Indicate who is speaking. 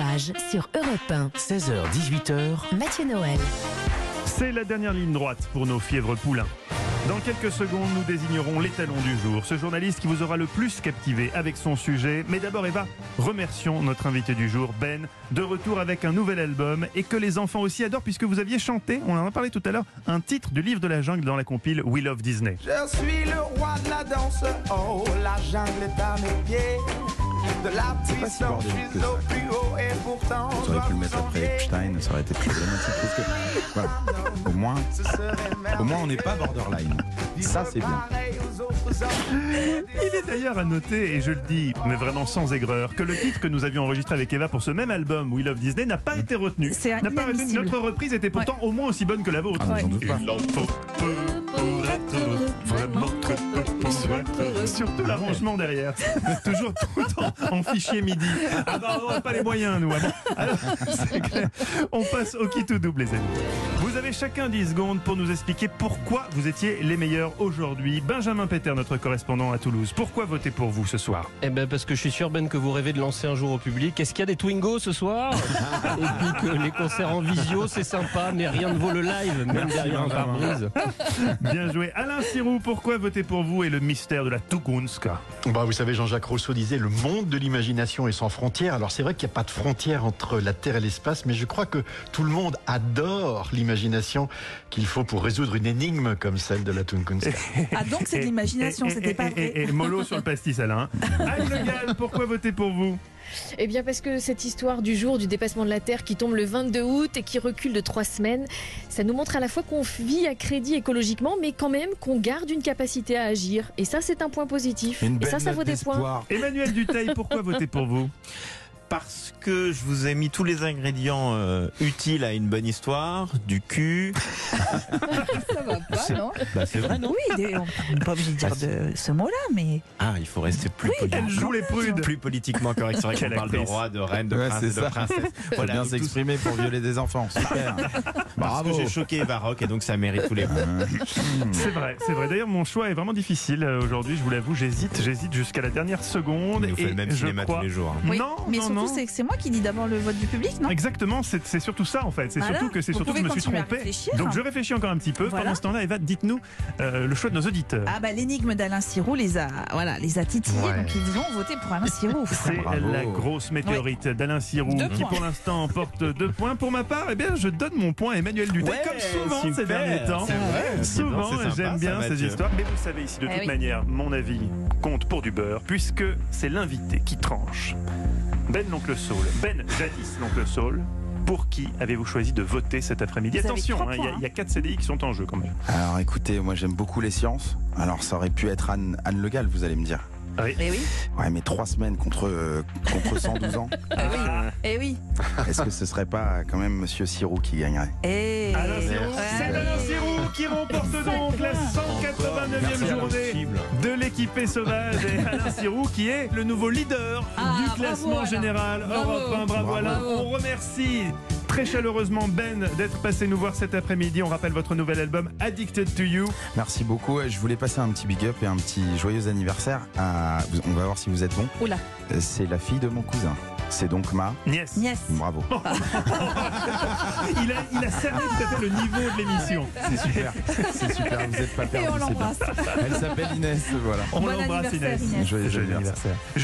Speaker 1: âge sur Europe 1.
Speaker 2: 16h, 18h.
Speaker 1: Mathieu Noël.
Speaker 3: C'est la dernière ligne droite pour nos fièvres poulains. Dans quelques secondes, nous désignerons l'étalon du jour, ce journaliste qui vous aura le plus captivé avec son sujet. Mais d'abord, Eva, remercions notre invité du jour, Ben, de retour avec un nouvel album et que les enfants aussi adorent puisque vous aviez chanté, on en a parlé tout à l'heure, un titre du livre de la jungle dans la compile We Love Disney.
Speaker 4: Je suis le roi de la danse, oh la jungle est à mes pieds. De la
Speaker 5: pas si
Speaker 4: puissance, je
Speaker 5: bordélique que
Speaker 4: suis
Speaker 5: ça.
Speaker 4: au plus haut et pourtant.
Speaker 5: On aurait pu le mettre après Epstein, ça aurait été problématique. parce que, voilà. Au moins, au moins on n'est pas borderline. Ça, c'est bien.
Speaker 3: Il est d'ailleurs à noter, et je le dis, mais vraiment sans aigreur, que le titre que nous avions enregistré avec Eva pour ce même album, We Love Disney, n'a pas été retenu.
Speaker 6: C'est
Speaker 3: N'a pas retenu.
Speaker 6: inadmissible.
Speaker 3: Notre reprise était pourtant au moins aussi bonne que la vôtre.
Speaker 5: Ah, mais j'en doute
Speaker 3: Il
Speaker 5: pas.
Speaker 3: en faut peu pour être heureux, vraiment très peu pour être heureux. Surtout l'arrangement derrière. Toujours tout le temps en fichier midi. Ah bah, on n'a pas les moyens, nous. Ah bon Alors, c'est clair. On passe au kit tout double, les amis. Vous avez chacun 10 secondes pour nous expliquer pourquoi vous étiez les meilleurs aujourd'hui. Benjamin Peter, notre correspondant à Toulouse, pourquoi voter pour vous ce soir
Speaker 7: Eh ben parce que je suis sûr Ben que vous rêvez de lancer un jour au public. Est-ce qu'il y a des Twingo ce soir Et puis que les concerts en visio c'est sympa, mais rien ne vaut le live, même derrière un pare-brise.
Speaker 3: Bien joué. Alain Sirou, pourquoi voter pour vous et le mystère de la Tugunska
Speaker 8: Bah, vous savez, Jean-Jacques Rousseau disait le monde de l'imagination est sans frontières. Alors c'est vrai qu'il n'y a pas de frontières entre la Terre et l'espace, mais je crois que tout le monde adore l'imagination qu'il faut pour résoudre une énigme comme celle de la Tunkunska.
Speaker 6: Ah donc c'est de
Speaker 3: Et-
Speaker 6: l'imagination,
Speaker 3: et-
Speaker 6: c'était
Speaker 3: et-
Speaker 6: pas
Speaker 3: et-
Speaker 6: vrai.
Speaker 3: Et, et mollo sur le pastis, Alain. Anne Le Gall, pourquoi voter pour vous
Speaker 9: Eh bien parce que cette histoire du jour du dépassement de la Terre qui tombe le 22 août et qui recule de trois semaines, ça nous montre à la fois qu'on vit à crédit écologiquement, mais quand même qu'on garde une capacité à agir. Et ça, c'est un point positif.
Speaker 5: Une
Speaker 9: et
Speaker 5: belle
Speaker 9: ça, ça
Speaker 5: note
Speaker 9: vaut des points.
Speaker 5: d'espoir.
Speaker 3: Emmanuel Duteil, pourquoi voter pour vous
Speaker 10: Parce que je vous ai mis tous les ingrédients euh, utiles à une bonne histoire, du cul.
Speaker 6: Ça va pas, non
Speaker 10: Bah c'est vrai, non
Speaker 6: Oui, des- on n'est pas obligé de
Speaker 3: Ah,
Speaker 6: dire de ce mot-là, mais
Speaker 10: Ah, il faut rester plus
Speaker 3: Elle
Speaker 10: poli.
Speaker 3: joue les prudes.
Speaker 10: Plus politiquement correct, c'est vrai
Speaker 3: Quelle
Speaker 10: qu'on parle de
Speaker 3: actrice.
Speaker 10: roi, de reine, de
Speaker 5: Ouais,
Speaker 10: prince,
Speaker 5: c'est
Speaker 10: et
Speaker 5: ça.
Speaker 10: de princesse.
Speaker 5: Faut bien
Speaker 10: donc tout
Speaker 5: s'exprimer pour violer des enfants. Super.
Speaker 10: Parce
Speaker 5: Bravo.
Speaker 10: que j'ai choqué Varrock et donc ça mérite tous les points.
Speaker 3: C'est vrai, c'est vrai. D'ailleurs, mon choix est vraiment difficile euh, aujourd'hui, je vous l'avoue. J'hésite, j'hésite jusqu'à la dernière seconde.
Speaker 10: Mais vous faites
Speaker 3: et
Speaker 10: le même
Speaker 3: je
Speaker 10: cinéma
Speaker 3: crois...
Speaker 10: tous les jours. hein.
Speaker 6: Oui,
Speaker 3: Non,
Speaker 6: mais
Speaker 3: non,
Speaker 6: surtout
Speaker 3: non.
Speaker 6: c'est que c'est moi qui dis d'abord le vote du public, non
Speaker 3: Exactement, c'est c'est surtout ça en fait. C'est
Speaker 6: Voilà,
Speaker 3: surtout que c'est
Speaker 6: Bah vous
Speaker 3: surtout que je me
Speaker 6: pouvez
Speaker 3: suis
Speaker 6: continuer à
Speaker 3: trompé.
Speaker 6: réfléchir.
Speaker 3: Donc je réfléchis encore un petit peu.
Speaker 6: Voilà.
Speaker 3: Pendant ce temps-là, Eva, dites-nous euh, le choix de nos auditeurs.
Speaker 6: Ah bah l'énigme d'Alain Sirou les a voilà les a titillés
Speaker 8: Ouais.
Speaker 6: donc ils ont voté pour Alain Sirou.
Speaker 3: C'est
Speaker 5: Bravo.
Speaker 3: la grosse météorite d'Alain Sirou
Speaker 6: Deux
Speaker 3: qui
Speaker 6: points.
Speaker 3: pour l'instant emporte deux points. Pour ma part, eh bien, je donne mon point à Emmanuel Duté
Speaker 10: Ouais,
Speaker 3: comme souvent ces
Speaker 10: super,
Speaker 3: derniers temps.
Speaker 10: c'est vrai. Dis donc,
Speaker 3: Souvent,
Speaker 10: c'est sympa,
Speaker 3: j'aime
Speaker 10: ça,
Speaker 3: bien ces
Speaker 10: Mathieu.
Speaker 3: histoires. Mais vous savez ici, de
Speaker 6: Eh
Speaker 3: toute
Speaker 6: oui.
Speaker 3: manière, mon avis compte pour du beurre puisque c'est l'invité qui tranche. Ben l'oncle Saul, Ben jadis l'oncle Saul. Pour qui avez-vous choisi de voter cet après-midi
Speaker 6: Vous avez
Speaker 3: Attention,
Speaker 6: trois
Speaker 3: hein, il y a-
Speaker 6: points, hein.
Speaker 3: il y a 4 CDI qui sont en jeu quand même.
Speaker 5: Alors écoutez, moi j'aime beaucoup les sciences. Alors ça aurait pu être Anne, Anne Le Gall, vous allez me dire.
Speaker 6: Eh oui,
Speaker 5: Ouais, mais 3 semaines contre, euh, contre 112 ans.
Speaker 6: eh oui.
Speaker 5: Est-ce que ce serait pas quand même Monsieur Sirou qui gagnerait
Speaker 6: Eh
Speaker 3: Alain Sirou, c'est Alain Sirou qui remporte donc la 189e journée de l'équipée sauvage et Alain Sirou qui est le nouveau leader
Speaker 6: Ah,
Speaker 3: du
Speaker 6: bravo,
Speaker 3: classement
Speaker 6: Alain.
Speaker 3: général
Speaker 6: Bravo.
Speaker 3: Europe 1. Bravo
Speaker 5: Bravo.
Speaker 3: Alain, on remercie très chaleureusement Ben d'être passé nous voir cet après-midi. On rappelle votre nouvel album Addicted to You.
Speaker 5: Merci beaucoup. Je voulais passer un petit big up et un petit joyeux anniversaire à. On va voir si vous êtes bon. Euh,
Speaker 9: Oula.
Speaker 5: C'est la fille de mon cousin. C'est donc ma.
Speaker 3: Yes.
Speaker 6: Yes.
Speaker 5: Bravo.
Speaker 3: Il, a, il a cerné tout à fait le niveau de l'émission.
Speaker 5: C'est super. C'est super. Vous n'êtes pas
Speaker 6: Et
Speaker 5: perdu.
Speaker 6: on
Speaker 5: c'est bien.
Speaker 6: l'embrasse.
Speaker 5: Elle s'appelle Inès. Voilà.
Speaker 3: On
Speaker 6: Bon
Speaker 3: l'embrasse
Speaker 6: anniversaire, Inès.
Speaker 5: Joyeux
Speaker 3: Joyeux
Speaker 5: anniversaire.